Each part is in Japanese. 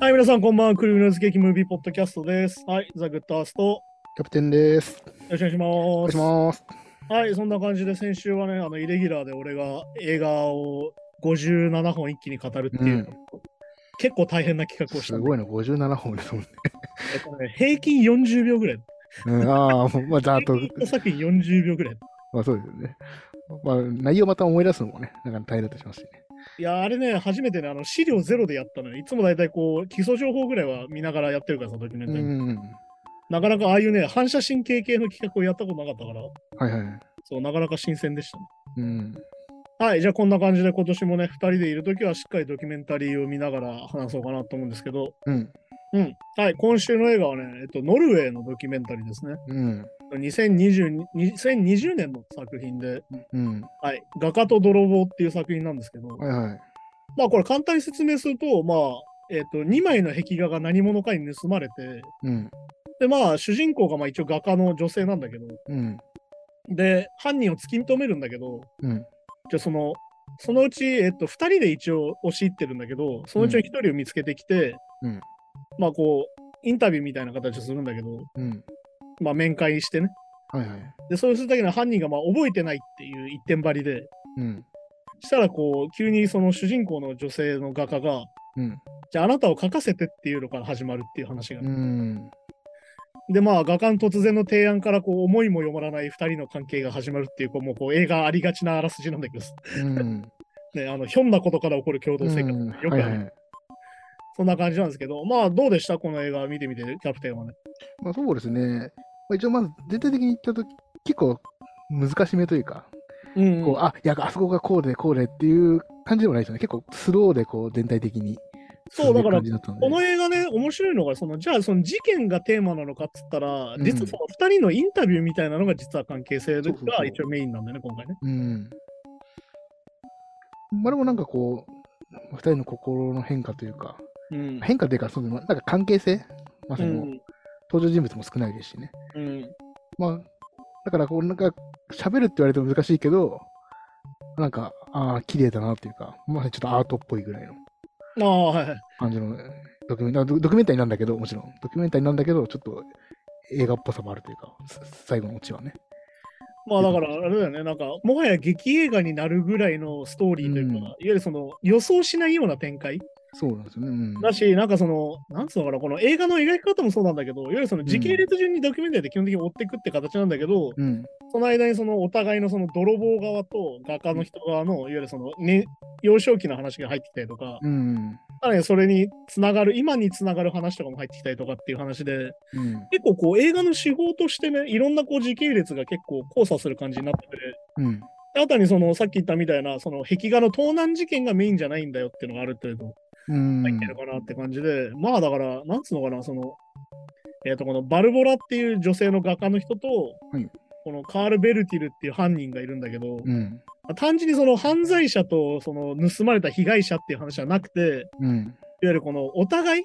はい、皆さん、こんばんは。クリムナスケーキムービーポッドキャストです。はい、ザ・グッドアースト、よキャプテンです。ろしくお願いします。お願いします。はい、そんな感じで、先週はね、あの、イレギュラーで俺が映画を57本一気に語るっていう、うん結構大変な企画をしすたんだごいな、57本ですもんね。けど、ね、平均40秒ぐらい。うん、ああ、まあ、ざーっと平、均一作品40秒ぐらい。まあそうですよね。まあ、内容また思い出すのもね、なんか大変だったりしますしね。いや、あれね、初めてね、あの、資料ゼロでやったのよ。いつも大体こう、基礎情報ぐらいは見ながらやってるからさ、ドキュメンうタリーん。なかなかああいうね、反射神経系の企画をやったことなかったから、はいはい。そう、なかなか新鮮でしたね。うん。はい、じゃあこんな感じで今年もね、2人でいるときはしっかりドキュメンタリーを見ながら話そうかなと思うんですけど、うん。うん。はい、今週の映画はね、えっと、ノルウェーのドキュメンタリーですね。うん。 2020, 2020年の作品で、うん。はい、画家と泥棒っていう作品なんですけど、はいはい。まあこれ簡単に説明すると、まあ、えっと、2枚の壁画が何者かに盗まれて、うん。で、まあ主人公がまあ一応画家の女性なんだけど、うん。で、犯人を突き止めるんだけど、うん。じゃあその、そのうち、えっと、2人で一応押し入ってるんだけど、そのうちの1人を見つけてきて、うんまあこう、インタビューみたいな形をするんだけど、うん。まあ面会してね。はいはい。で、そうするだけの犯人がまあ覚えてないっていう一点張りで、うん。したらこう、急にその主人公の女性の画家が、うん。じゃああなたを描かせてっていうのから始まるっていう話が。うん。で、まあ画家の突然の提案からこう、思いもよもらない2人の関係が始まるっていう、こう、もうこう映画ありがちなあらすじなん だけど、うん。ね、あの、ひょんなことから起こる共同生活。うんよくあはいるはい。そんな感じなんですけど、まあどうでしたこの映画見てみて、キャプテンはね。まあそうですね。まあ、一応まず全体的に言ったとき、結構難しめというか、うんこう、あ、いや、あそこがこうで、こうでっていう感じでもないですよね。結構スローで、こう、全体的に。そうだか進らんでいく感じだったのでこの映画ね、面白いのが、そのじゃあその事件がテーマなのかっつったら、うん実はその2人のインタビューみたいなのが実は関係性そがうそうそう一応メインなんだよね、今回ね。うん。まあでもなんかこう、二人の心の変化というか、うん変化というか、そのなんか関係性、まあ、その登場人物も少ないですしね。うんまあ、だからこう、なんか、喋るって言われても難しいけど、なんか、ああ、綺麗だなっていうか、まあちょっとアートっぽいぐらいのああ、はいはい。感じのドキュメンタドドキュメンタリーなんだけど、もちろん、ドキュメンタリーなんだけど、ちょっと映画っぽさもあるというか、さ最後のオチはね。まあだから、あれだよね、なんか、もはや劇映画になるぐらいのストーリーというか、うんいわゆるその予想しないような展開そうなんですよね。うん、だし、なんかその、なんつうのかな、この映画の描き方もそうなんだけど、いわゆるその時系列順にドキュメンタリーって基本的に追っていくって形なんだけど、うん。その間にそのお互いのその泥棒側と画家の人側のいわゆるその、ね、幼少期の話が入ってきたりとか、うん。さらにそれにつながる、今につながる話とかも入ってきたりとかっていう話で、うん。結構こう映画の手法としてね、いろんなこう時系列が結構交差する感じになってて、うん。であとにそのさっき言ったみたいな、その壁画の盗難事件がメインじゃないんだよっていうのがある程度うん。入ってるかなって感じで、まあだから、なんつうのかな、その、えっ、と、このバルボラっていう女性の画家の人と、はいこのカール・ベルティルっていう犯人がいるんだけど、うん。単純にその犯罪者とその盗まれた被害者っていう話じゃなくて、いわうん。ゆるこのお互い、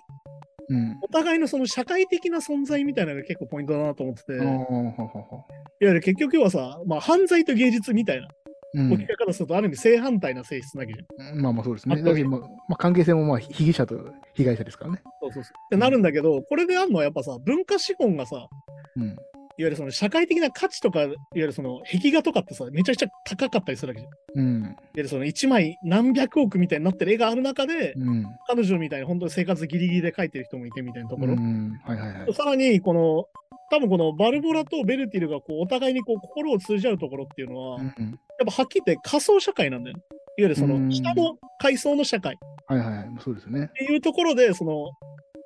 うん。お互いのその社会的な存在みたいなのが結構ポイントだなと思ってて、あーいわほうほうほゆる結局要はさ、まあ、犯罪と芸術みたいなううん置き方すると、ある意味正反対な性質なわけじゃん。まあまあそうですあね。とだけど、まあ、まあ関係性もまあ被疑者と被害者ですからね。そうそうそうってなるんだけど、これであるのはやっぱさ、文化資本がさ、うん。いわゆるその社会的な価値とか、いわゆるその壁画とかってさ、めちゃくちゃ高かったりするわけじゃうん。いわん。ゆるその1枚何百億みたいになってる絵がある中で、うん。彼女みたいに本当に生活ギリギリで描いてる人もいてみたいなところう。ん。はいはいはい。さらに、この、多分このバルボラとベルティルがこうお互いにこう心を通じ合うところっていうのは、うやっん、ぱはっきり言って仮想社会なんだよね。いわゆるそうんの下の階層の社会っはいはいはい。そうですよね。ていうところで、その、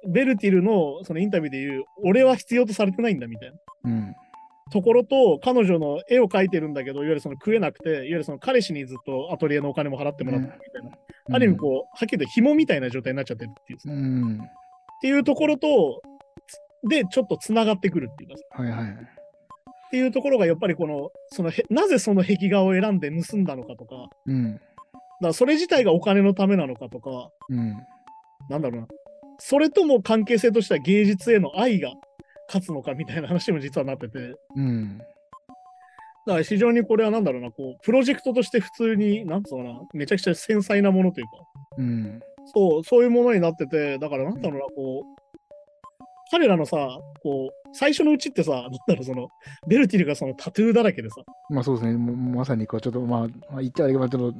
ベルティルのそのインタビューで言う、俺は必要とされてないんだみたいな。うん。ところと、彼女の絵を描いてるんだけど、いわゆるその食えなくて、いわゆるその彼氏にずっとアトリエのお金も払ってもらってるみたいな、ある意味こう、はっきり言って紐みたいな状態になっちゃってるっていう、うっん。ていうところと、つで、ちょっとつながってくるっていうか、はいはい。っていうところがやっぱりこの、そのへなぜその壁画を選んで盗んだのかとか、だかうん。らそれ自体がお金のためなのかとか、うん。なんだろうな、それとも関係性としては芸術への愛が勝つのかみたいな話も実はなってて。うん。だから非常にこれはなんだろうな、こう、プロジェクトとして普通に、なんつうのかな、めちゃくちゃ繊細なものというか、うん。そう、そういうものになってて、だからなんだろうな、こう、彼らのさ、こう、最初のうちってさ、なんだろう、その、ベルティルがそのタトゥーだらけでさ、まあそうですね、もうまさにこう、ちょっとまあ、まあ、言っちゃあれば、ちょっと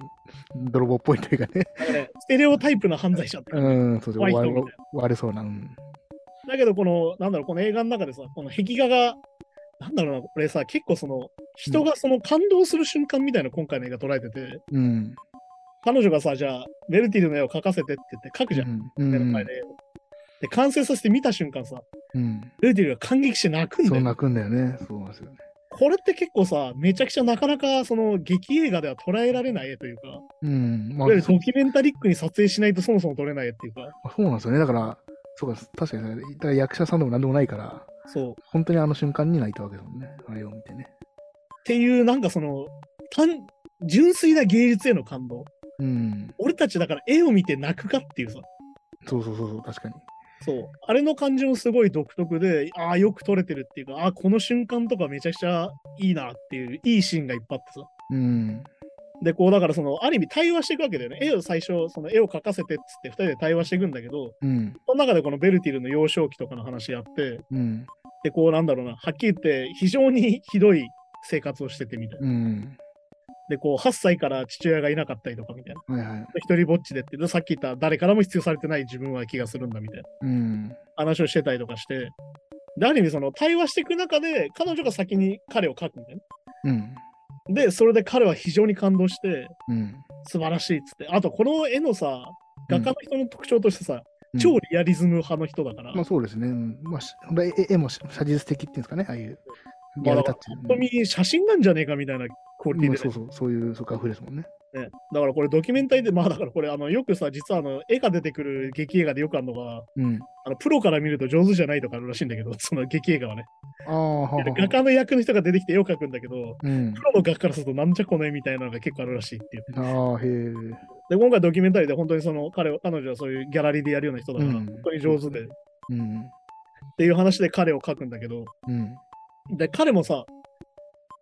泥棒っぽいというか ね。だからステレオタイプな犯罪者っていうかうん、そうです怖いね人みたい悪な悪そうな。うんだけど、この、なんだろう、この映画の中でさ、この壁画が、なんだろうな、これさ、結構その、人がその感動する瞬間みたいな今回の映画捉えてて、うん。彼女がさ、じゃあ、ベルティルの絵を描かせてって言って描くじゃん、うん。う目のん前で絵を。で、完成させて見た瞬間さ、うん。ベルティルが感激して泣くんそだうよ。泣くんだよね。そうなんですよね。これって結構さ、めちゃくちゃなかなか、その、劇映画では捉えられない絵というか、うん。いまあわゆるドキュメンタリックに撮影しないとそもそも撮れない絵っていうか、そうなんですよね。だから、そうか、確かにね、だから役者さんでも何でもないから、そう。っ本当にあの瞬間に泣いたわけだもんね。あれを見てね。ていう、なんかその、単純粋な芸術への感動。うん。俺たちだから絵を見て泣くかっていうさ、そうそうそうそう、確かに。そう。あれの感じもすごい独特で、ああ、よく撮れてるっていうか、ああ、この瞬間とかめちゃくちゃいいなっていう、いいシーンがいっぱいあってさ。うん。で、こう、だからその、ある意味対話していくわけだよね。絵を最初、その絵を描かせてっつって、二人で対話していくんだけど、うん。その中でこのベルティルの幼少期とかの話があって、うん。で、こう、なんだろうな、はっきり言って、非常にひどい生活をしててみたいな。うん。で、こう、8歳から父親がいなかったりとかみたいな。はいはい。一人ぼっちでって、でさっき言った、誰からも必要されてない自分は気がするんだみたいな。うん。話をしてたりとかして、で、ある意味その対話していく中で、彼女が先に彼を書くんだようん。ね。で、それで彼は非常に感動して、うん。素晴らしいっつって。あと、この絵のさ、画家の人の特徴としてさ、うん超リアリズム派の人だから、まあそうですね。うんまあ、しほんと絵絵絵も写実的っていうんですかね、ああいう。リアルタッチ。本当に写真なんじゃねえかみたいなクオリティうんでそうね、そう、そういう、そうか、ふですもんね。ねだからこれドキュメンタリーで、まあだからこれ、あの、よくさ、実はあの、絵が出てくる劇映画でよくあるのが、うん。あのプロから見ると上手じゃないとかあるらしいんだけど、その劇映画はね。ああ、はあはあ画家の役の人が出てきて絵を描くんだけど、うん。プロの画家からするとなんじゃこの絵みたいなのが結構あるらしいっていう。ああ、へえ。で、今回ドキュメンタリーで本当にその彼は、彼女はそういうギャラリーでやるような人だから、うん本当に上手でっうん。ていう話で彼を描くんだけど、うん。で、彼もさ、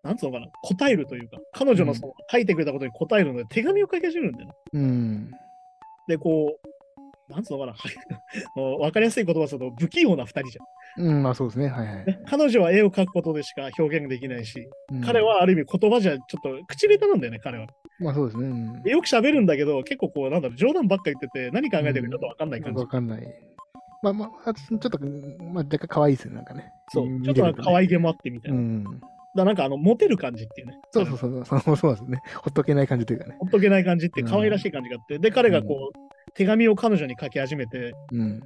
なんつうのかな、答えるというか、彼女のその書いてくれたことに答えるので手紙を書き始めるんだよね。うん。で、こう、なんつうのかな、 もう分かりやすい言葉をすると不器用な二人じうん、まあそうですね、はいはゃんい。。彼女は絵を描くことでしか表現できないし、うん彼、はある意味言葉じゃちょっと口下手なんだよね、彼は。まあそうですね。うんでよく喋るんだけど、結構こう、なんだろう、冗談ばっか言ってて、何考えてるかちょっと分かんない感じ。わかんない。まあまあ、あちょっと、まあ、若干可愛いですよね、なんかね。そう、ちょ見っとてなんるかと可愛げもあってみたいな。うん。だなんかあの、モテる感じっていうね。そうそうそう、そうそうそうなんですね。ほっとけない感じというかね。ほっとけない感じって、うん可愛らしい感じがあって、で、彼がこう、手紙を彼女に書き始めて、うん。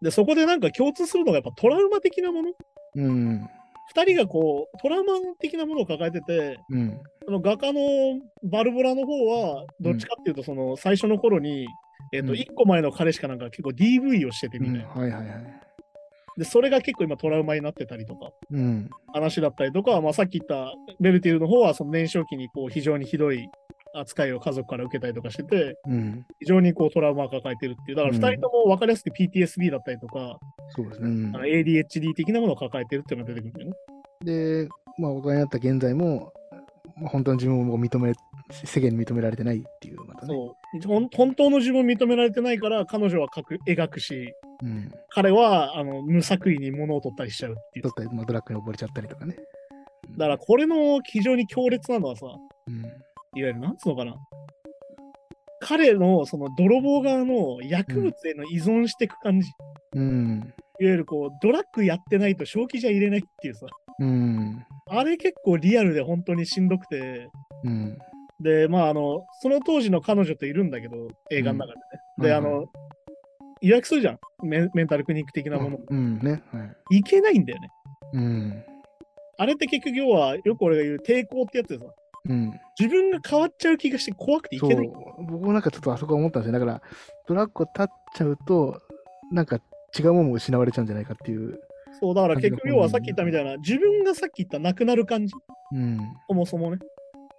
で、そこでなんか共通するのがやっぱトラウマ的なもの。うん。二人がこう、トラウマ的なものを抱えてて、うん。その画家のバルボラの方は、どっちかっていうと、その、最初の頃に、えっ、うと、ん一個前の彼氏かなんか結構 DV をしててみうたいんな。はいはいはい。で、それが結構今トラウマになってたりとか、うん。話だったりとか、まあ、さっき言ったベルティルの方は、その年少期にこう非常にひどい扱いを家族から受けたりとかしてて、うん。非常にこうトラウマを抱えてるっていう、だからうん2人とも分かりやすく PTSD だったりとか、そうですね。うんあの ADHD 的なものを抱えてるっていうのが出てくるんだよね。で、まあ、大人になった現在も、まあ、本当の自分を認め、世間に認められてないっていう、またね。そうほん本当の自分を認められてないから、彼女は描く描くし、うん。彼はあの無作為に物を取ったりしちゃうっていうちょ。っと、まあ、ドラッグに溺れちゃったりとかね。だからこれの非常に強烈なのはさ、いわうん。ゆるなんつうのかな。彼のその泥棒側の薬物への依存していく感じ。うん。いわゆるこう、ドラッグやってないと正気じゃ入れないっていうさ、うん。あれ結構リアルで本当にしんどくて、うん。で、まああの、その当時の彼女といるんだけど、映画の中でね。うんで、うんあの、予約するじゃんメン、メンタルクリニック的なもの。うん。ね。はい。いけないんだよね。うん。あれって結局要は、よく俺が言う抵抗ってやつでさ、うん。自分が変わっちゃう気がして怖くていそけうない。う、僕もなんかちょっとあそこは思ったんですよ。だから、ドラッグを立っちゃうと、なんか違うものも失われちゃうんじゃないかっていう。そう、だから結局要はさっき言ったみたいな、自分がさっき言ったなくなる感じ、うん。そもそもね。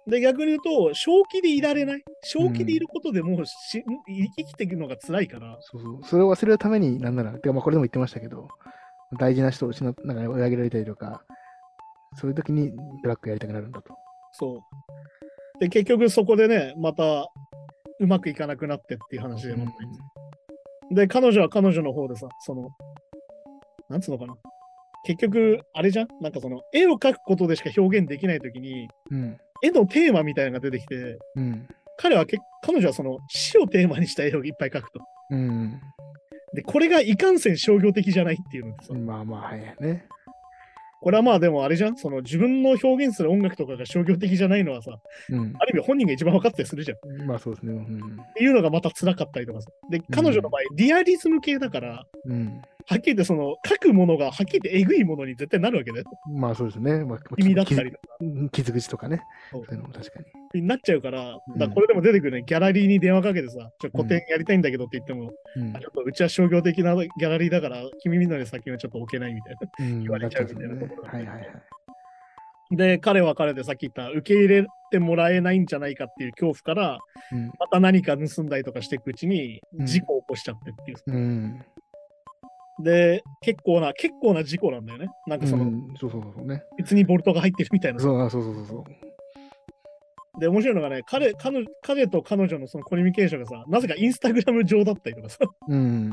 で、逆に言うと、正気でいられない。正気でいることでもうし、生きていくのが辛いから、そうそう。それを忘れるために、なんなら、てかまあこれでも言ってましたけど、大事な人を失っなんか追い上げられたりとか、そういう時にドラッグやりたくなるんだと。そう。で、結局そこでね、またうまくいかなくなってっていう話でうもんあっで、彼女は彼女の方でさ、その、なんつうのかな。結局、あれじゃんなんかその、絵を描くことでしか表現できないときに、うん。絵のテーマみたいなのが出てきて、うん。彼はけ彼女はその死をテーマにした絵をいっぱい描くと。うん。で、これがいかんせん商業的じゃないっていうのです、まあまあ、はいね。これはまあでもあれじゃんその自分の表現する音楽とかが商業的じゃないのはさ、うんあ。る意味本人が一番分かってたりするじゃん。っまあそうですね。うん。ていうのがまた辛かったりとかさ。で、彼女の場合、リアリズム系だから、はうん。っきり言ってその、書くものがはっきり言ってえぐいものに絶対なるわけだよ。まあそうですね。まあ、君だったりとか傷傷口とかね。そそうういうのも確かに。になっちゃうから、んだからこれでも出てくるね、ギャラリーに電話かけてさ、ちょ個展やりたいんだけどって言っても、うんあちょっとうちは商業的なギャラリーだから、君みんなで先はちょっと置けないみたいな。うん。言われちゃうみたいななっとちこゃろうはがいはいはい。で、彼は彼でさっき言った、受け入れてもらえないんじゃないかっていう恐怖から、うん。また何か盗んだりとかしていくうちに、うん事故を起こしちゃってっていう。うん。で、結構な、結構な事故なんだよね。なんかその、うんそうそうそうね。別にボルトが入ってるみたいな。そうあそうそうそうそう。で、面白いのがね、彼、彼彼と彼女のそのコミュニケーションがさ、なぜかインスタグラム上だったりとかさ、うん。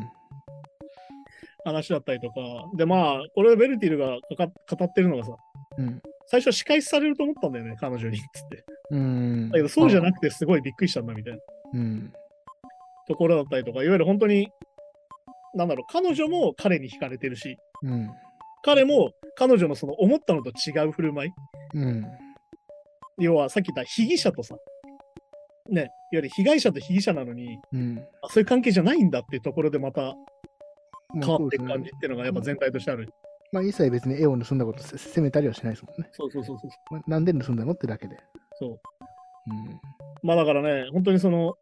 話だったりとか。で、まあ、これベルティルがかか語ってるのがさ、うん。最初仕返しされると思ったんだよね、彼女に、つって。うん。だけど、そうじゃい。なくて、すごいびっくりしたんだ、みたいなうん。ところだったりとか、いわゆる本当に、なんだろう、彼女も彼に惹かれてるし、うん。彼も彼女のその思ったのと違う振る舞い。うん。要は、さっき言った被疑者とさ、ね、いわゆる被害者と被疑者なのに、うん。あそういう関係じゃないんだっていうところでまたまあ変わそうってですいくね感じっていうのがやっぱ全体としてある。まあ一切別に絵を盗んだことせ責めたりはしないですもんね。そうそうそうそう。まあ、なんで盗んだのってだけで。そううん。まあだからね、本当にその、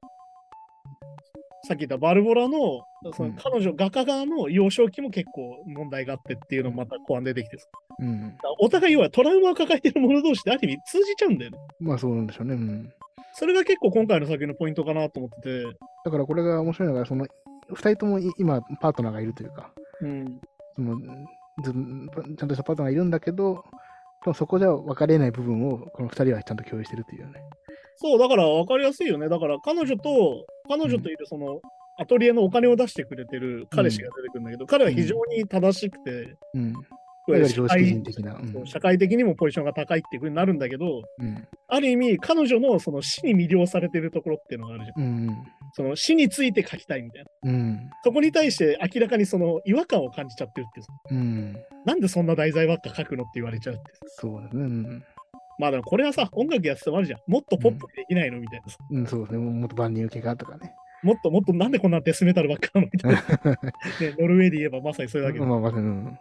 さっき言ったバルボラの、そうのん彼女、画家側の幼少期も結構問題があってっていうのもまた後半出てきて、うん。お互い要はトラウマを抱えてる者同士である意味通じちゃうんだよね。まあそうなんでしょうね。うん。それが結構今回の作品のポイントかなと思ってて、だからこれが面白いのが、その、二人ともい今、パートナーがいるというか、うん、そのずちゃんとしたパートナーがいるんだけど、でもそこじゃ分かれない部分を、この二人はちゃんと共有してるっていうね。そう、だから分かりやすいよね。だから彼女と、彼女といるその、アトリエのお金を出してくれてる彼氏が出てくるんだけど、彼は非常に正しくて、うん。いわいわゆゆる常る社識会人的な。うん。社会的にもポジションが高いっていうふうになるんだけど、うん。ある意味、彼女のその死に魅了されてるところっていうのがあるじゃん。うん。その死について書きたいみたいうな。ん。そこに対して明らかにその違和感を感じちゃってるっていう。うん。なんでそんな題材ばっか書くのって言われちゃうっていう。そうですね。うん。まあでもこれはさ、音楽やってたもあるじゃん。もっとポップにできないのみたいなさ。うん、そうですね。ももっと万人受けがとかね。もっともっとなんでこんなデスメタルばっかなのみたいな。 ね、ノルウェーで言えばまさにそれだけど。まあまあ、うん。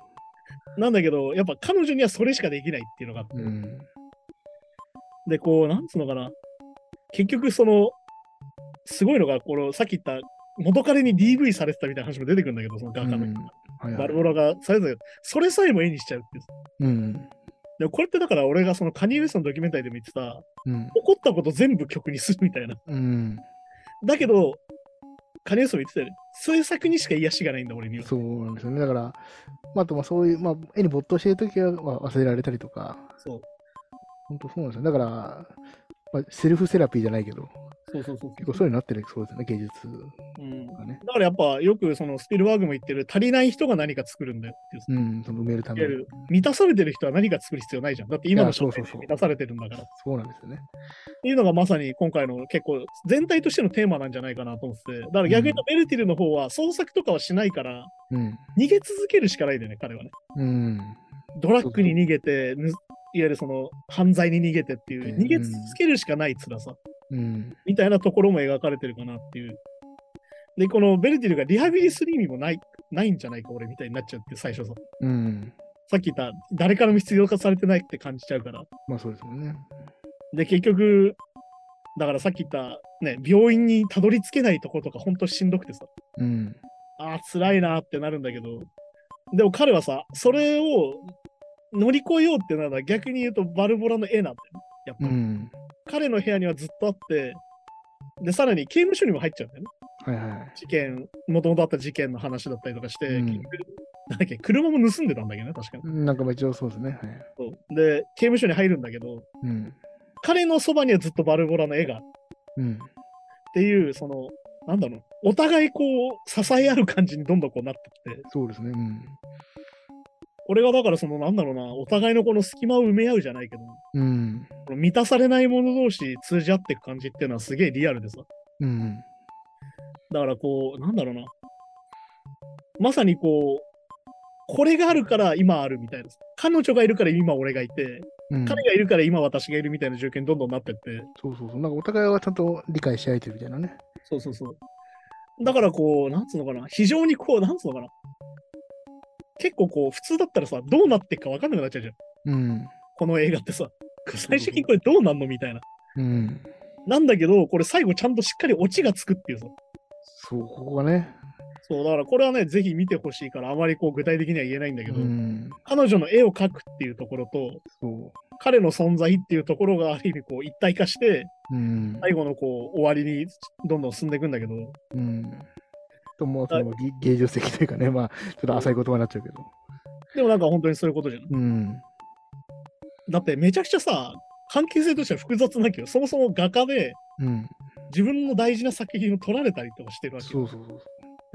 なんだけど、やっぱ彼女にはそれしかできないっていうのがあって。うん。で、こう、なんつうのかな。結局その、すごいのが、このさっき言った元彼に DV されてたみたいな話も出てくるんだけど、その画家の人が。はいはバいルボラがされてたけど、それさえも絵にしちゃうっていう。うん。でもこれってだから俺がそのカニエ・ウェストのドキュメンタリーでも言ってた、うん。怒ったこと全部曲にするみたいな。うん。だけど、カニエ・ウェストも言ってたよね。そういう作にしか癒しがないんだ、俺には。そうなんですよね。だから、まあ、あとまあそういう、まあ、絵に没頭してるときはまあ忘れられたりとか、そう本当そうなんですよ。だから、まあ、セルフセラピーじゃないけど、そうそうそう結構そういうのになってるそうですね、芸術うん。がね。だからやっぱよくそのスピルバーグも言ってる、足りない人が何か作るんだよっていう。うん、その埋めるたいめわゆにる。満たされてる人は何か作る必要ないじゃん。だって今いのやそ社うそう会でそう満たされてるんだから。っそうなんですよね。ていうのがまさに今回の結構全体としてのテーマなんじゃないかなと思ってて。だから逆に言うとベルティルの方は創作とかはしないから、うん。逃げ続けるしかないんだよね、彼はね。うん。ドラッグに逃げて、ぬいわゆるその犯罪に逃げてっていう、うん逃げ続けるしかない辛さうん。みたいなところも描かれてるかなっていう。で、このベルディルがリハビリする意味もないないんじゃないか、俺みたいになっちゃって、最初さ。うん。さっき言った、誰からも必要化されてないって感じちゃうから。まあそうですもんね。で、結局、だからさっき言った、ね、病院にたどり着けないところとか、ほんとしんどくてさ、うん。ああ、辛いなってなるんだけど、でも彼はさ、それを乗り越えようってなら逆に言うとバルボラの絵なんだよね。やっぱうり、ん。彼の部屋にはずっとあって、で、さらに刑務所にも入っちゃうんだよね。はいはい。事件、もともとあった事件の話だったりとかして、うん結局なんだっけ、車も盗んでたんだけどね、確かに。なんかまあ一応そうですね。はい。そうで、刑務所に入るんだけど、うん。彼のそばにはずっとバルボラの絵があるうん。っていう、その、なんだろう、お互いこう、支え合う感じにどんどんこうなってって、そうですね。うん。俺がだからそのなんだろうな、お互いのこの隙間を埋め合うじゃないけど、うん。この満たされないもの同士通じ合っていく感じっていうのはすげえリアルでさ。うん。だからこう、なんだろうな。まさにこう、これがあるから今あるみたいな。彼女がいるから今俺がいて、うん、彼がいるから今私がいるみたいな状況にどんどんなってって。そうそうそう。なんかお互いはちゃんと理解し合えてるみたいなね。そうそうそう。だからこう、なんつうのかな。非常にこう、なんつうのかな。結構こう、普通だったらさ、どうなってっか分かんなくなっちゃうじゃん。うん。この映画ってさ。最終的にこれどうなんのみたいな。うん。なんだけど、これ最後ちゃんとしっかりオチがつくっていうさ。そう、ここがね。そう、だからこれはね、ぜひ見てほしいから、あまりこう具体的には言えないんだけうど、ん。彼女の絵を描くっていうところと、そ彼の存在っていうところがある意味こう一体化して、う。うん。最後のこう終わりにどんどん進んでいくんだけど、うん。ともうそのぎ芸術的というかね、まあ、ちょっと浅い言葉になっちゃうけど。でもなんか本当にそういうことじゃん。うん。だってめちゃくちゃさ、関係性としては複雑なわけど、そもそも画家でうん。自分の大事な作品を取られたりとかしてるわけそよ。うそうそう。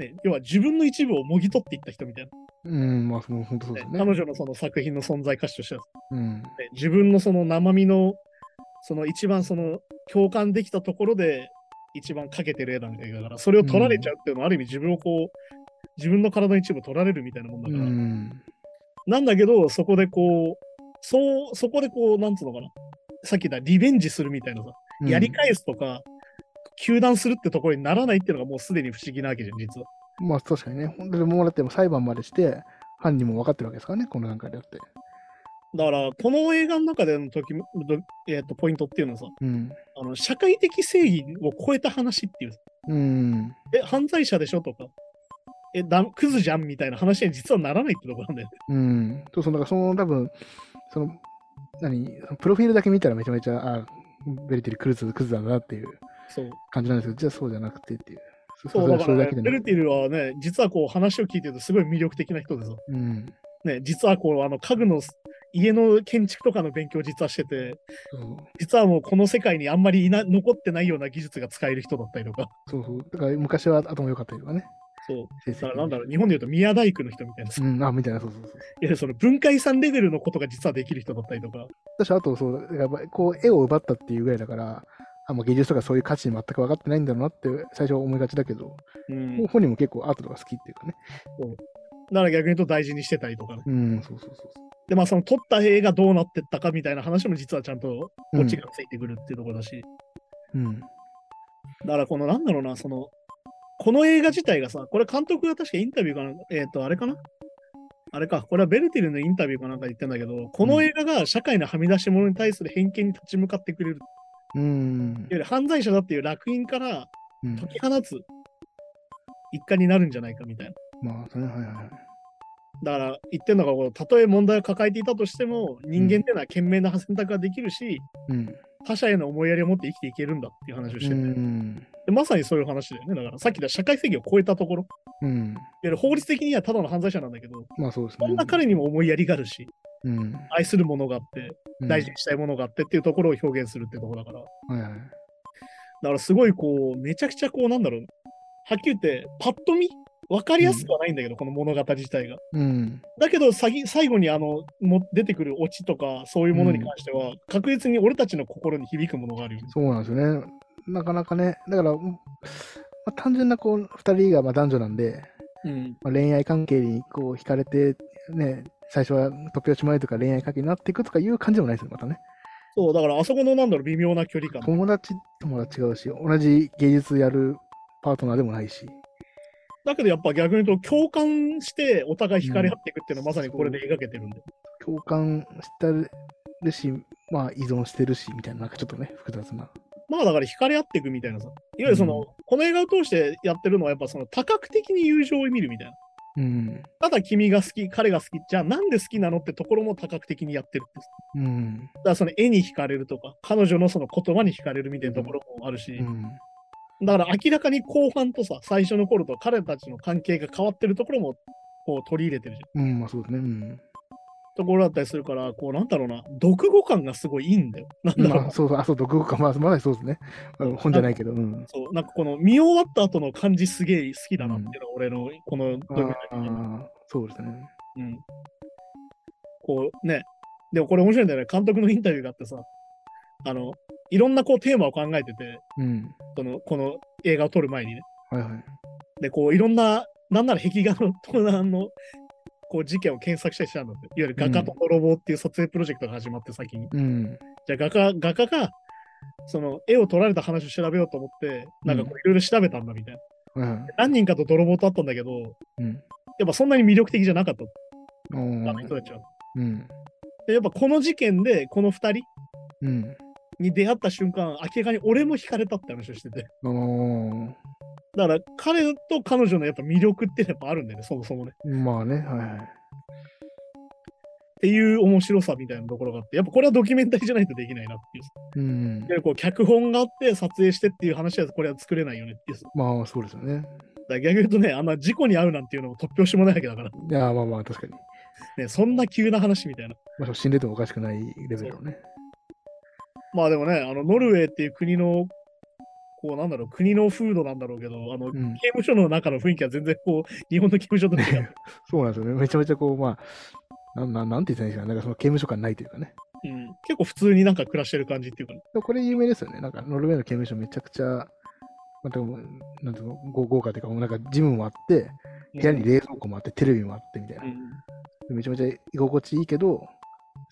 ね要は自分の一部をもぎ取っていった人みたいうん、まあ、その本当そうな、でねすね。彼女のその作品の存在価値としてはうん。ね自分のその生身のその一番その共感できたところで一番かけてる絵なんだからそれを取られちゃうっていうのはある意味自分をこう自分の体の一部を取られるみたいなもんだうから、ん。なんだけどそこでこうそうそこでこうなんつうのかなさっき言ったリベンジするみたいなさ、やり返すとか糾弾するってところにならないっていうのがもうすでに不思議なわけじゃん実はうんまあ、確かにね。本当にもうだってもう裁判までして、犯人も分かってるわけですからね、この段階であって。だからこの映画の中での時も、どえー、とポイントっていうのはさうん。あの社会的正義を超えた話っていううん。え、犯罪者でしょとか、え、だクズじゃんみたいな話に実はならないってとこなんだよね。うん。そうそう、だからその多分、その、何、そのプロフィールだけ見たらめちゃめちゃ、あベルティルクルズ、クズだなっていうそう。感じなんですけど、じゃあそうじゃなくてっていう。そうれだから、それだけね、ベでルね。ティルはね、実はこう話を聞いてるとすごい魅力的な人ですよ。うん。ね、実はこう、あの家具の家の建築とかの勉強を実はしてて、そう実はもうこの世界にあんまりいな残ってないような技術が使える人だったりとか、そうそう。だから昔は頭良かったりとかね。そう。成だ績からなんだろう、日本で言うと宮大工の人みたいなさ、うん、あ、みたいな、そうそうそう。いやその文化遺産レベルのことが実はできる人だったりとか、私、あと、そう、やっぱりこう、絵を奪ったっていうぐらいだから、あ、もう芸術とかそういう価値全く分かってないんだろうなって最初思いがちだけど、うん、だか本人も結構アートとか好きっていうかね。ら逆に言うと大事にしてたりとか、ね、うん、そうそうそうそで、まあその撮った映画どうなってったかみたいな話も実はちゃんとう。こっちがついてくるっていうところだし、うん。うん。だからこのなんだろうな、その、この映画自体がさ、これ監督が確かインタビューかな、えっ、と、あれかなあれか、これはベルティルのインタビューかなんかで言ってんだけど、この映画が社会のはみ出し者に対する偏見に立ち向かってくれる、うんいわゆる犯罪者だっていう楽園からうん。解き放つ一家になるんじゃないかみたいな。まあ、それはいはいはい。だから言ってんのがこう、たとえ問題を抱えていたとしても、人間っていうのは賢明な選択ができるし、うん。他者への思いやりを持って生きていけるんだっていう話をしうてて、ん。でまさにそういう話だよね。だからさっき言った社会正義を超えたところ。うん。いわゆる法律的にはただの犯罪者なんだけど、まあ、そうですね。そんな彼にも思いやりがあるし、うん、愛するものがあって、うん。大事にしたいものがあってっていうところを表現するってところだから。だはいはい。からすごいこう、めちゃくちゃこう、なんだろう。はっきり言って、パッと見、わかりやすくはないんだけど、この物語自体が。うん。だけど、さぎ最後にあのも出てくるオチとか、そういうものに関しては、確実に俺たちの心に響くものがあるよね。そうなんですよね。なかなかね、だから、うんまあ、単純なこう、二人がまあ男女なんで、うん。まあ、恋愛関係にこう惹かれて、ね、最初は突拍子もないとか恋愛関係になっていくとかいう感じでもないですよ、またね。そう、だからあそこのなんだろう、微妙な距離感。友達とも違うし、同じ芸術やるパートナーでもないし。だけどやっぱ逆に言うと共感してお互い惹かれ合っていくっていうのはまさにこれで描けてるんで。共感してるし、まあ依存してるしみたいな、なんかちょっとね、複雑な。まあだから惹かれ合っていくみたいなさ。いわゆるその、うんこの映画を通してやってるのはやっぱその多角的に友情を見るみたいな。うん。ただ君が好き、彼が好き、じゃあなんで好きなのってところも多角的にやってるって。うん。だからその絵に惹かれるとか、彼女のその言葉に惹かれるみたいなところもあるし、うん。だから明らかに後半とさ、最初の頃と彼たちの関係が変わってるところもこう取り入れてるじゃん。うん、まあそうですね。うん。ところだったりするから、こう、なんだろうな、読語感がすごいいいんだよ。なんだろうなまあ、そうそう、あ、そう、独語か、まあ、まだそうですね。あの本じゃないけど、うん。そう、なんかこの見終わった後の感じすげえ好きだなっていうのが俺のこのあドキュメンタリーのーそうですね。うん。こうね、でもこれ面白いんだよね、監督のインタビューがあってさ、あの、いろんなこうテーマを考えてて、うん。その、この映画を撮る前にね。はいはい。で、こういろんな、なんなら壁画の盗難の、こう事件を検索したりしたんだって。いわゆる画家と泥棒っていう撮影プロジェクトが始まって先に。うん。じゃあ画家、画家が、その絵を撮られた話を調べようと思って、なんかこういろいろ調べたんだみたいな。はいはい。何人かと泥棒と会ったんだけど、うん。やっぱそんなに魅力的じゃなかったっておーあの人たちは。うん。で、やっぱこの事件でこの2人うん。に出会った瞬間、明らかに俺も惹かれたって話をしてて。おーだから彼と彼女のやっぱ魅力ってやっぱあるんだよね、そもそもね。まあね、はいはい。っていう面白さみたいなところがあって、やっぱこれはドキュメンタリーじゃないとできないなっていう。うんいわ。ゆるこう脚本があって撮影してっていう話はこれは作れないよねっていう。だかまあ、そうですよね。ら逆に言うとね、あんな事故に遭うなんていうのも突拍子もないわけだから、いや、まあまあ、確かに。ね、そんな急な話みたいな。まあ、死んでてもおかしくないレベルのね。まあでもね、あのノルウェーっていう国の、こうなんだろう、国の風土なんだろうけど、あの、うん。刑務所の中の雰囲気は全然こう、日本の刑務所と違う。そうなんですよね。めちゃめちゃこう、まあ、なんなんなんて言ったらいいんですかね。なんかその刑務所感ないというかね。うん、結構普通になんか暮らしてる感じっていうか、ね、でもこれ有名ですよね。なんかノルウェーの刑務所めちゃくちゃ、なんていうかもうなんていうの豪豪華というか、もうなんかジムもあって、部屋に冷蔵庫もあって、テレビもあってみたいなう。んでめちゃめちゃ居心地いいけど、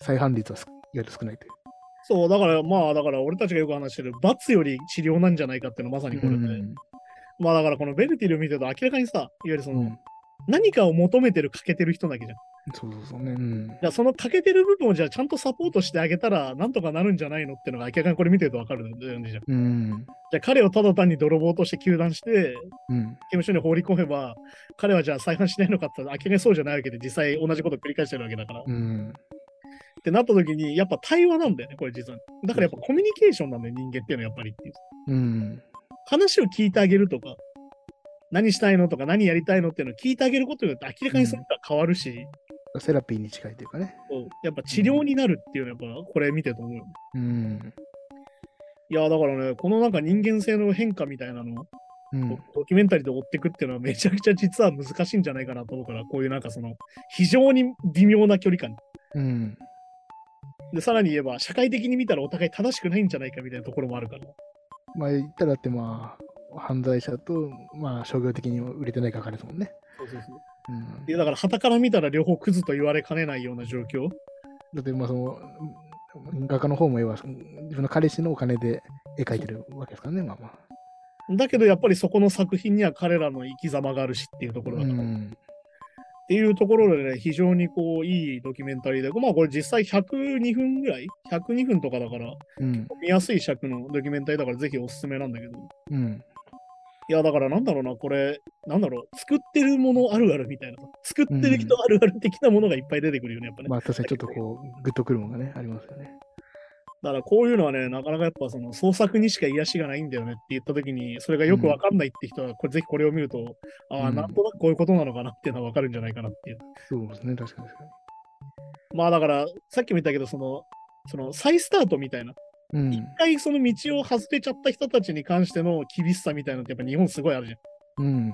再犯率はすいわゆる少ないという。そう、だからまあ、だから俺たちがよく話してる、罰より治療なんじゃないかっていうのまさにこれで、うんまあだからこのベルティル見てると明らかにさ、いわゆるその、うん何かを求めてる欠けてる人だけじゃん。そうそうそうね。うん。じゃあその欠けてる部分をじゃあちゃんとサポートしてあげたらなんとかなるんじゃないのっていうのが明らかにこれ見てるとわかるんだよね。じゃあうん。じゃあ彼をただ単に泥棒として糾弾して、うん。刑務所に放り込めば、彼はじゃあ再犯しないのかって言ったら明らかにそうじゃないわけで、実際同じことを繰り返してるわけだから。っうん。てなった時に、やっぱ対話なんだよね、これ実は。だからやっぱコミュニケーションなんだよ、人間っていうのはやっぱりっていう。うん。話を聞いてあげるとか、何したいのとか何やりたいのっていうのを聞いてあげることによって明らかにそれが変わるし、セラピーに近いというかね。こうやっぱ治療になるっていうのはやっぱこれ見てると思うよ。うん。いやだからね、このなんか人間性の変化みたいなのをうん。ドキュメンタリーで追っていくっていうのはめちゃくちゃ実は難しいんじゃないかなと思うから、こういうなんかその非常に微妙な距離感。うん。で、さらに言えば社会的に見たらお互い正しくないんじゃないかみたいなところもあるから。まあ言ったらだってまあ、犯罪者と、まあ商業的にも売れてないかかですもんね。そうそうそううんい、やだから傍から見たら両方クズと言われかねないような状況。だってまあその、画家の方も絵は自分の彼氏のお金で絵描いてるわけですからね、まあまあ。だけどやっぱりそこの作品には彼らの生き様があるしっていうところうだから、っん。ていうところでね非常にこういいドキュメンタリーでまあこれ実際102分ぐらい102分とかだからうん。見やすい尺のドキュメンタリーだからぜひおすすめなんだけどうん。いやだからなんだろうなこれなんだろう作ってるものあるあるみたいな作ってる人あるある的なものがいっぱい出てくるよねやっぱね、まあ確かにちょっとこう、グッとくるものがね、ありますよね。だからこういうのはねなかなかやっぱその創作にしか癒しがないんだよねって言った時にそれがよくわかんないって人はこれぜひこれを見ると、ああうんなんとなくこういうことなのかなっていうのはわかるんじゃないかなっていうそうですね、確かに確かまあだから、さっきも言ったけど、その、その再スタートみたいな、に。うん一。回その道を外れちゃった人たちに関しての厳しさみたいなのって、やっぱ日本すごいあるじゃん。うん。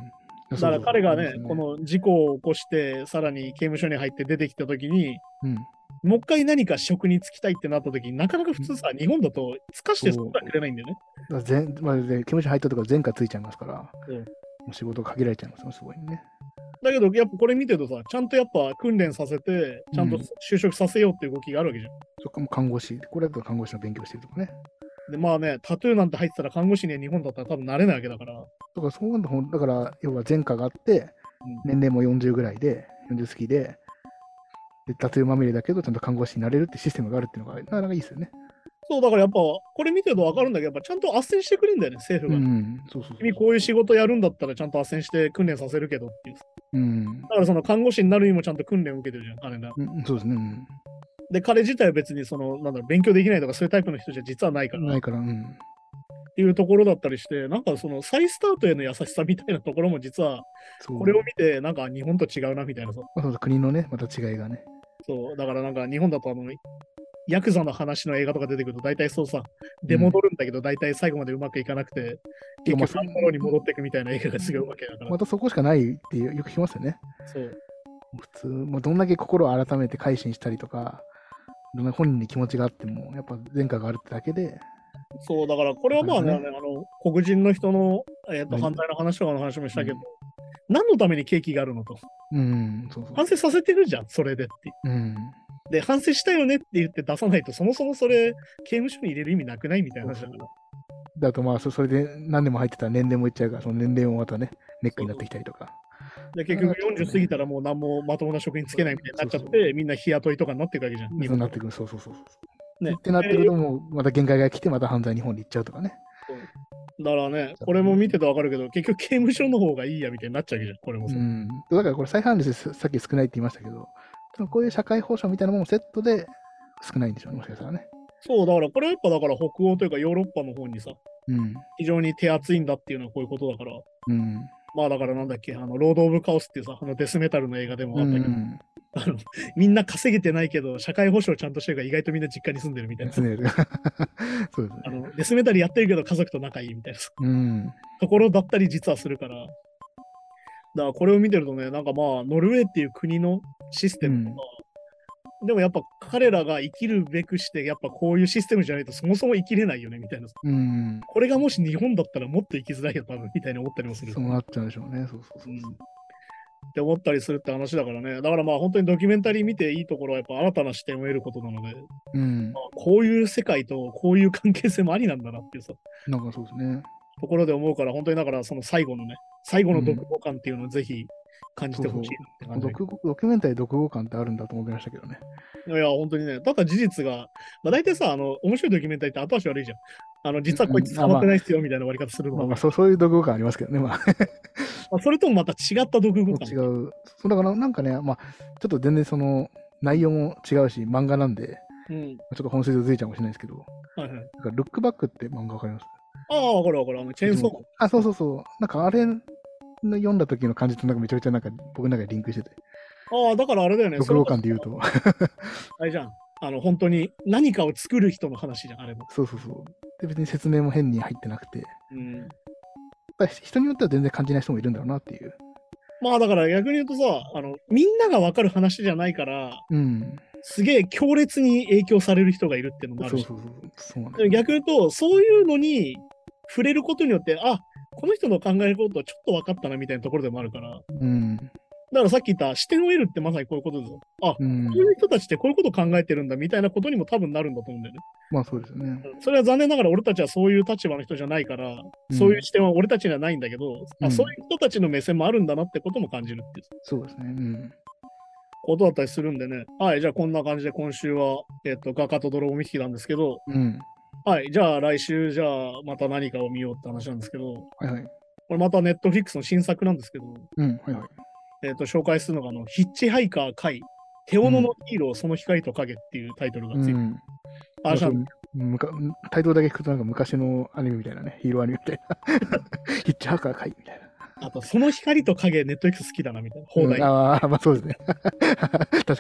だから彼がねそうそう、こ、の事故を起こして、さらに刑務所に入って出てきたときに、うん。もう一回何か職に就きたいってなったときになかなか普通さ、日本だと、つかしてすぐはくれないんだよね。だから前まあ、で刑務所入ったとか前科ついちゃいますから、うんもう仕事が限られちゃいますよ、すごいね。だけど、やっぱこれ見てるとさ、ちゃんとやっぱ訓練させて、ちゃんとうん就職させようっていう動きがあるわけじゃん。そっか、もう看護師、これだと看護師の勉強してるとかね。で、まあね、タトゥーなんて入ってたら看護師には日本だったら多分なれないわけだから。だから、そうなんだほん、だから、要は前科があって、うん年齢も40ぐらいで、40過ぎで、でタトゥーまみれだけど、ちゃんと看護師になれるってシステムがあるっていうのが、なかなかいいですよね。そう、だからやっぱ、これ見てると分かるんだけど、やっぱちゃんと斡旋してくれるんだよね、政う府が。ん、そうそうそう君こういう仕事やるんだったらちゃんと斡旋して訓練させるけどっていう。うん。だからその看護師になるにもちゃんと訓練を受けてるじゃん、彼ら。うん、そうですね。うんで、彼自体は別にその、なんだろう、勉強できないとかそういうタイプの人じゃ実はないから、なっいから、うん。ていうところだったりして、なんかその再スタートへの優しさみたいなところも実は、そうこれを見て、なんか日本と違うなみたいなさ。まあそうそう国のね、また違いがね。そう、だからなんか日本だとあの、ヤクザの話の映画とか出てくると大体そうさ、出戻るんだけど大体最後までうまくいかなくて、結局その頃に戻っていくみたいな映画がすごいわけだから。またそこしかないってよく聞きますよね。そう。普通、もうどんだけ心を改めて改心したりとか、どんな本人に気持ちがあっても、やっぱ前科があるってだけで、そう、だからこれはまあね、なるあの黒人の人の、えー、とはい反対の話とかの話もしたけど、うん何のためにケーキがあるのと。うん、そうそう。反省させてるじゃん、それでって。うん。で、反省したよねって言って出さないと、そもそもそれ、刑務所に入れる意味なくないみたいな話だから。だとまあ、そそれで何年も入ってたら年齢もいっちゃうから、その年齢もまたね、ネックになってきたりとか。で、結局そうだね40過ぎたらもう何もまともな職につけないみたいになっちゃっそうて、みんな日雇いとかになってるわけじゃん。そうなってる。くる、そうそうそうそう。ねってなってくると、もうまた限界が来て、また犯罪日本に行っちゃうとかね。だからね、これも見ててわかるけど、結局刑務所の方がいいやみたいになっちゃうわけじゃん、これもうそう。ん、だからこれ再犯率ささっき少ないって言いましたけど、多分こういう社会保障みたいなものもセットで少ないんでしょうね、もしかしたらね。そう、だからこれはやっぱだから北欧というかヨーロッパの方にさ、うん。非常に手厚いんだっていうのはこういうことだから、うん。まあだからなんだっけ、あの、ロード・オブ・カオスっていうさ、あのデスメタルの映画でもあうったけど、ん。あの、みんな稼げてないけど、社会保障ちゃんとしてるから意外とみんな実家に住んで るみたいなです。ね。そうですあね。の、デスメタルやってるけど家族と仲いいみたいなさうん。ところだったり実はするから。だからこれを見てるとね、なんかまあ、ノルウェーっていう国のシステムとか、でもやっぱ彼らが生きるべくして、やっぱこういうシステムじゃないとそもそも生きれないよねみたいな。うん。これがもし日本だったらもっと生きづらいよ、多分みたいに思ったりもする。そうなっちゃうんでしょうね。そうそうそううんって思ったりするって話だからね。だからまあ本当にドキュメンタリー見ていいところはやっぱ新たな視点を得ることなので、そう。うんま。あこういう世界とこういう関係性もありなんだなっていうさ、なんかそうですね。ところで思うから、本当にだからその最後のね、最後の独語感っていうのをぜひ感じてほしいなって感じだけど、独語ドキュメンタリー独語感ってあるんだと思いましたけどね。いや、本当にね、ただ事実が、まあ大体さ、あの、面白いドキュメンタリーって後足悪いじゃん。あの、実はこいつうんうんあ捕まってないっすよみたいな割り方するのまが、あままあそう、そういう独語感ありますけどね。まあ、あそれともまた違った独語感。違う。そうだからなんかね、まあ、ちょっと全然その内容も違うし、漫画なんで、うん。ちょっと本筋とずいちゃうかもしれないですけど、はいはい。なんかルックバックって漫画わかりますああ、わかるわかる。あの、チェーンソーマン。あ、そうそうそう。なんかあれの読んだ時の感じとなんかめちゃめちゃなんか僕の中でリンクしてて、ああ、だからあれだよね。独語感で言うそれと、こそ。あれじゃん。あの、本当に何かを作る人の話じゃん、あれも。そうそうそう。で、別に説明も変に入ってなくて、うん。だから人によっては全然感じない人もいるんだろうなっていう。まあだから逆に言うとさ、あの、みんながわかる話じゃないから、うん。すげえ強烈に影響される人がいるっていうのもそあうそうるし、そう。そうなんだでよもね逆に言うと、そういうのに触れることによって、あこの人の考えることはちょっと分かったなみたいなところでもあるから、だうん。からさっき言った視点を得るってまさにこういうことですよ。あこうんう。いう人たちってこういうこと考えてるんだみたいなことにも多分なるんだと思うんだよね。まあそうですよね。それは残念ながら俺たちはそういう立場の人じゃないから、うんそういう視点は俺たちにはないんだけど、うあんそういう人たちの目線もあるんだなってことも感じるっていうそうですね。うん。ことだったりするんでね。はい、じゃあこんな感じで今週は、えっと画家と泥棒見引きなんですけど、うん。はい、じゃあ来週、じゃあまた何かを見ようって話なんですけど、こはいはい。れまたネットフリックスの新作なんですけど、うん。はいはい。えっ、と、紹介するのが、あの、ヒッチハイカー界、手斧のヒーロー、その光と影っていうタイトルがうついて、ん。あれじゃんむかタイトルだけ聞くとなんか昔のアニメみたいなね、ヒーローアニメみたいな。ヒッチハーカーかいみたいな。あと、その光と影、ネットフリックス好きだな、みたいな、放題。うんあああ、まあそうですね。確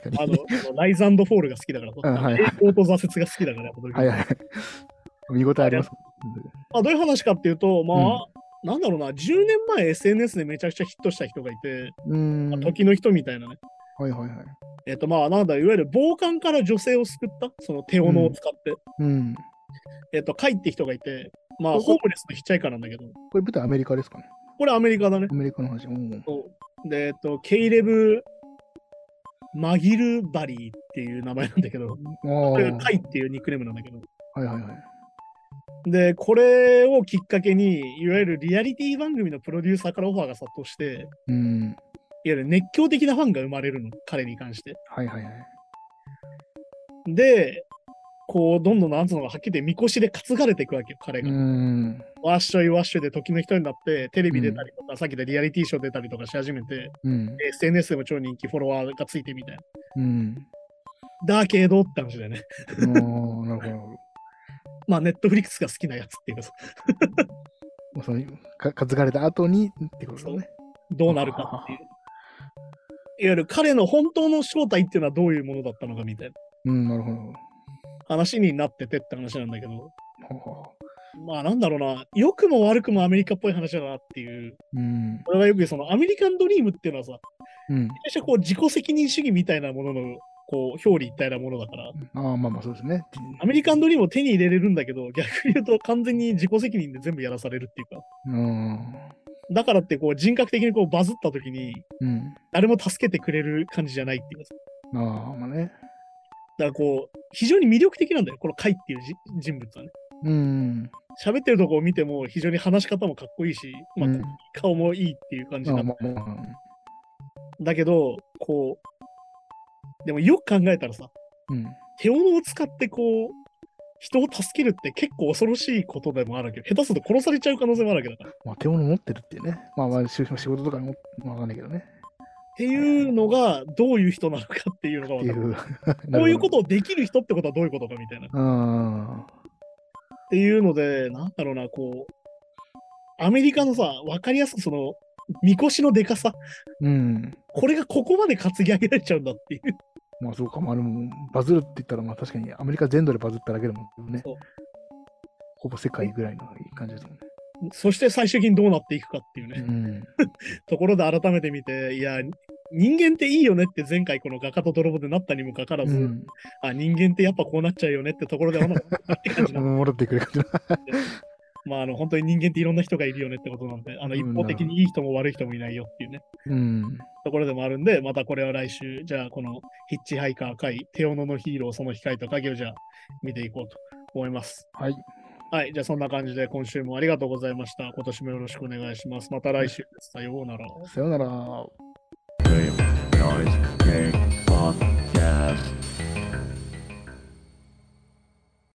かに。の、あのライズフォールが好きだから、んはいはい栄光と挫折が好きだから、やっぱドキドはキいはい。見応えあります。まあ、どういう話かっていうと、まあ、なんだろうな、10年前 SNS でめちゃくちゃヒットした人がいて、うーん。まはあい時の人みたいなね、はいはい。えっ、と、まあ、なんだ、いわゆる暴漢から女性を救った、その手斧を使って、うん。えっ、と、カイって人がいて、まあ、ここホームレスのヒッチャイカーなんだけど、これ舞台アメリカですかね。これアメリカだね。アメリカの話。うん。そうで、えっと、ケイレブ・マギルバリーっていう名前なんだけど、ああ。こはれいがカイっていうニックネームなんだけど、はいはい。で、これをきっかけに、いわゆるリアリティ番組のプロデューサーからオファーが殺到して、いわうん。ゆる熱狂的なファンが生まれるの、彼に関して。はいはいはい。で、こう、どんどんなんつうのがはっきり言って、みこしで担がれていくわけよ、彼うが。ん。ワッショイワッショイで時の人になって、テレビ出たりとか、さっきでリアリティショー出たりとかし始めて、うん。で SNS でも超人気、フォロワーがついてみたいな。うん。だけどって話だよね。ああ、なるほどなるほど。まあ、ネットフリックスが好きなやつっていうかさ、まあそのか担がれた後にってことですね。どうなるかっていう。いわゆる彼の本当の正体っていうのはどういうものだったのかみたいなうん、なるほど。話になっててって話なんだけど、ほうほまあなんだろうな、良くも悪くもアメリカっぽい話だなっていう、ううん。俺がよくそのアメリカンドリームっていうのはさ、うん。最初こう自己責任主義みたいなものの、こう表裏一体なものだから、ああ、まあまあ、そうですね。アメリカンドリームを手に入れれるんだけど、逆に言うと完全に自己責任で全部やらされるっていうか、うん。だからってこう人格的にこうバズった時に、うん。誰も助けてくれる感じじゃないっていうかさああ、まあね。だからこう、非常に魅力的なんだよ、このカイっていうじ人物はね。うん。喋ってるとこを見ても非常に話し方もかっこいいし、まあうん顔もいいっていう感じあなあ、んまあまあ。だけど、こう、でもよく考えたらさ、うん。手斧を使ってこう、人を助けるって結構恐ろしいことでもあるわけど、下手すると殺されちゃう可能性もあるわけだから。っまあ、手物持ってるっていうね。まあまあ、仕仕事とかにも、まあ、わかんないけどね。ていうのが、どういう人なのかっていうのがっ分ていかう。る。なるほど こうい うことをできる人ってことはどういうことかみたいな。っうん。ていうので、なんだろうな、こう、アメリカのさ、分かりやすくその、みこしのでかさ、うん。これがここまで担ぎ上げられちゃうんだっていう。まあそうか、まあでも、バズるって言ったら、まあ確かにアメリカ全土でバズっただけでもねそう、ほぼ世界ぐらいの感じですもんね。そして最終的にどうなっていくかっていうね、うん。ところで改めて見て、いや、人間っていいよねって前回この画家と泥棒でなったにもかかわらず、うんあ、人間ってやっぱこうなっちゃうよねってところではなかったって感じなんで、戻ってくる感じだ。まああの本当に人間っていろんな人がいるよねってことなんで、あのうん一方的にいい人も悪い人もいないよっていうね、うん。ところでもあるんで、またこれは来週、じゃあこのヒッチハイカー会、テオノのヒーロー、その光と影をじゃあ見ていこうと思います。はい。はい、じゃあそんな感じで今週もありがとうございました。今年もよろしくお願いします。また来週です。さようなら。さようなら。 Real Noise Podcast.